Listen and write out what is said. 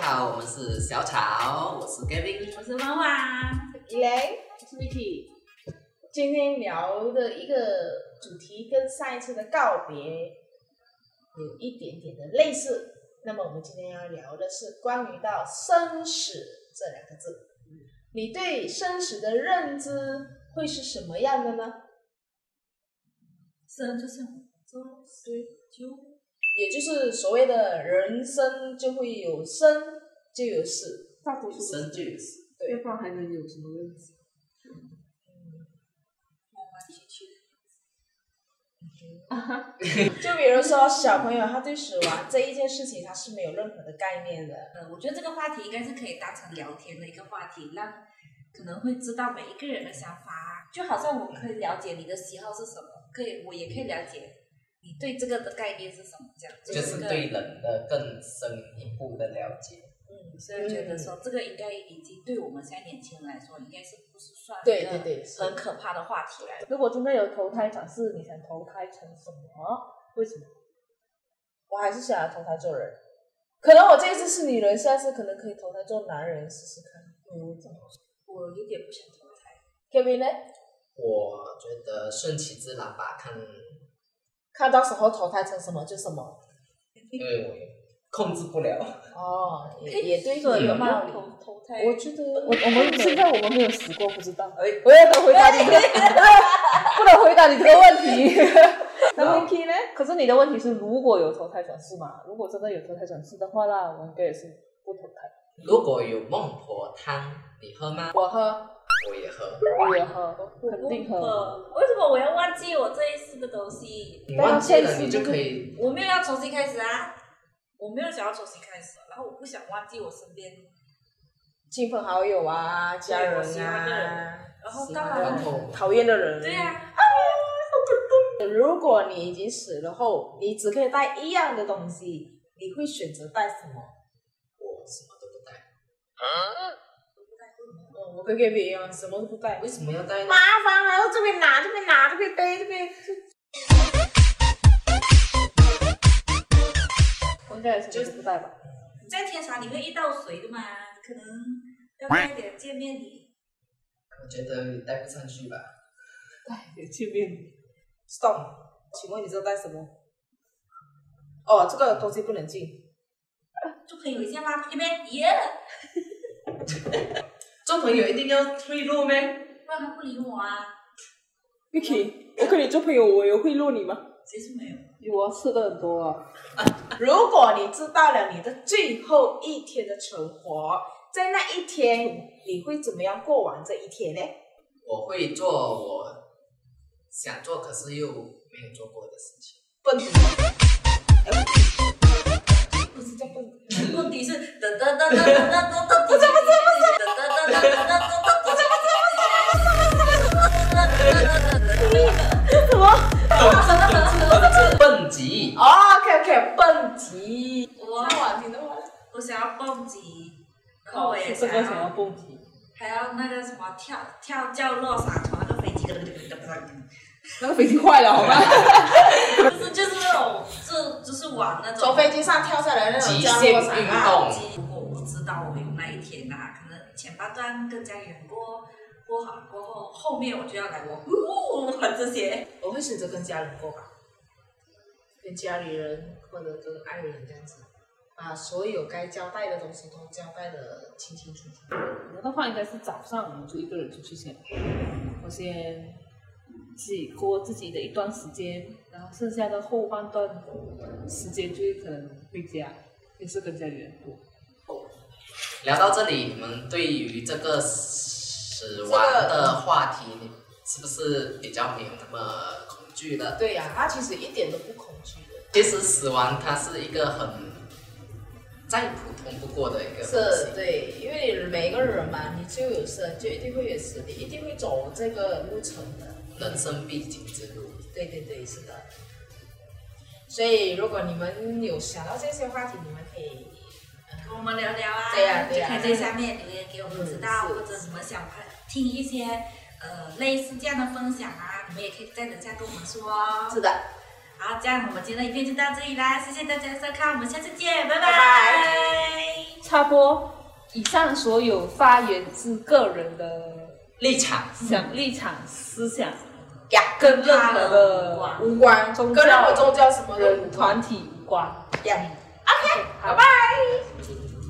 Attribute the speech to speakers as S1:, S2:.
S1: 好，我们是小草，我是 Gavin。
S2: 我是汪汪，
S3: 以雷，
S2: 我是 Vicky。
S3: 今天聊的一个主题跟上一次的告别有一点点的类似。那么我们今天要聊的是关于到生死这两个字，你对生死的认知会是什么样的呢？
S2: 生就是周
S3: 对，
S2: 九，
S3: 也就是所谓的人生就会有生就有死，
S4: 大多数都
S1: 生
S4: 是这样
S1: 句
S4: 要不然还能有什么认识？
S2: 弯弯曲曲。
S3: 就比如说小朋友他对死亡这一件事情他是没有任何的概念的，
S2: 呃，我觉得这个话题应该是可以当成聊天的一个话题，让可能会知道每一个人的想法。啊就好像我可以了解你的喜好是什么，可以，我也可以了解你对这个的概念是什么，这样
S1: 就
S2: 这
S1: 是
S2: 个
S1: 对人的更深一步的了解。
S3: 嗯，
S2: 所以觉得说这个应该已经对我们现在年轻人来说，应该是不是算一
S3: 对
S2: 个
S3: 对对，是
S2: 嗯很可怕的话题来了？
S3: 如果真的有投胎转世，你想投胎成什么？为什么？我还是想要投胎做人。可能我这一次是女人，下次可能可以投胎做男人试试看。嗯
S2: 我有点不想投 胎，
S3: ，Kevin 呢？
S1: 我觉得顺其自然吧，看，
S3: 看到时候投胎成什么就什么。
S1: 因为我控制不了。
S3: 哦，也也对，
S2: 所以
S3: 有
S2: 有没
S3: 道
S2: 有
S3: 理。
S2: 哎投投胎？
S3: 我觉得我
S4: 我我们现在我们没有死过，不知道。
S1: 哎，
S4: 我也能回 答你这个，不能回答你这个问题。那 Vicky 呢？可是你的问题是，如果有投胎转世嘛？如果真的有投胎转世的话啦，我应该也是不投胎。
S1: 如果有孟婆汤，你喝吗？
S3: 我喝，
S1: 我也喝。
S4: 我也喝，
S2: 我
S4: 肯定
S2: 不
S4: 喝。
S2: 为什么我要忘记我这一次的东西？
S1: 你忘记了，你就可以。
S2: 我没有要重新开始啊，我没有想要重新开始，然后我不想忘记我身边，
S3: 亲朋好友啊，家
S2: 对我
S3: 人
S2: 喜欢的
S3: 啊
S2: 人，然后
S1: 喜
S2: 当
S1: 欢
S2: 然
S1: 的，人
S3: 讨厌的人。
S2: 对呀、
S3: 如果你已经死了后，你只可以带一样的东西，你会选择带什么？
S1: 我什么都不带。
S3: 嗯，我跟 Gaby 一样，什么都不带
S1: 为。什么要带呢
S3: 麻？烦了，这边拿，这边拿，这边背，这边。
S4: 我应该也是就是不带吧？
S2: 在天堂你会遇到谁的嘛？可能要快点见面你。
S1: 我觉得你带不上去吧。
S4: 见面
S3: Stop，请问你知道带什么？哦，这个东西不能进。
S2: 做朋友一下嘛，因为耶，
S1: 做朋友一定要退路咩？
S2: 不然他不理我啊。
S4: ，Vicky，我跟你做朋友，我有贿赂你吗？
S2: 谁是没有？
S4: 有啊，吃的很多啊。
S3: 如果你知道了你的最后一天的存活，在那一天你会怎么样过完这一天呢？
S1: 我会做我想做可是又没有做过的事情。
S3: 笨犊，哎不是叫笨犊，
S2: 问题是噔噔噔噔噔噔噔噔，不是不是不是，噔噔噔噔噔噔噔噔，不是不是不是，
S4: 什么？
S1: 蹦极，
S3: 哦，OK OK，笨极。
S2: 我
S3: 哇，你的话，
S2: 我想要蹦极，然后我也
S4: 这
S2: 想
S4: 个想要
S2: 要，
S4: 蹦极。
S2: 还要那个什么跳跳跳落伞，从那个飞机噔噔噔噔
S4: 那个飞机坏了，好吧？
S2: 噔，就是就是那种就就是玩那种
S3: 从飞机上跳下来那种
S1: 极
S3: 降
S1: 限
S3: 落伞
S1: 运
S3: 啊。
S1: 动，
S2: 如果我不知道我有那一天呐、可能前半段更加远过，过好过后，后面我就要来我呜玩这些。
S3: 我会选择跟家人过吧，跟家里人或者跟爱人这样子，把所有该交代的东西都交代的清清楚楚。
S4: 我的话应该是早上我就一个人出去先，我先自己过自己的一段时间，然后剩下的后半段时间就可能回家，也是跟家里人过。
S1: 聊到这里，你们对于这个死亡的话题，你是不是比较没有那么恐惧了？
S3: 对呀、他其实一点都不恐惧的，
S1: 其实死亡它是一个很再普通不过的一个
S3: 是
S1: 东西。
S3: 对，因为你每个人嘛，你就有生，就一定会有死，你一定会走这个路程的。
S1: 人生必经之路。
S3: 对对对，是的。所以如果你们有想到这些话题，你们可以
S2: 跟我们聊聊啊，
S3: 对呀对
S2: 就
S3: 呀
S2: 可以在下面留言给我们知道，
S3: 嗯是
S2: 或者你们想听一些呃类似这样的分享啊，你们也可以在底下跟我们说哦。
S3: 是的，
S2: 好，这样我们今天的影片就到这里啦，谢谢大家的收看，我们下次见，拜
S3: 拜
S2: 拜
S4: 插播，以上所有发言是个人的
S1: 立场
S4: 想立场、思想，
S3: 呀，
S4: 跟任何
S2: 无
S4: 的
S2: 关
S3: 无关，
S4: 宗
S3: 跟任何
S4: 教
S3: 宗教什么都无
S4: 人
S3: 关
S4: 团体无关。
S3: 呀。
S4: OK，拜拜。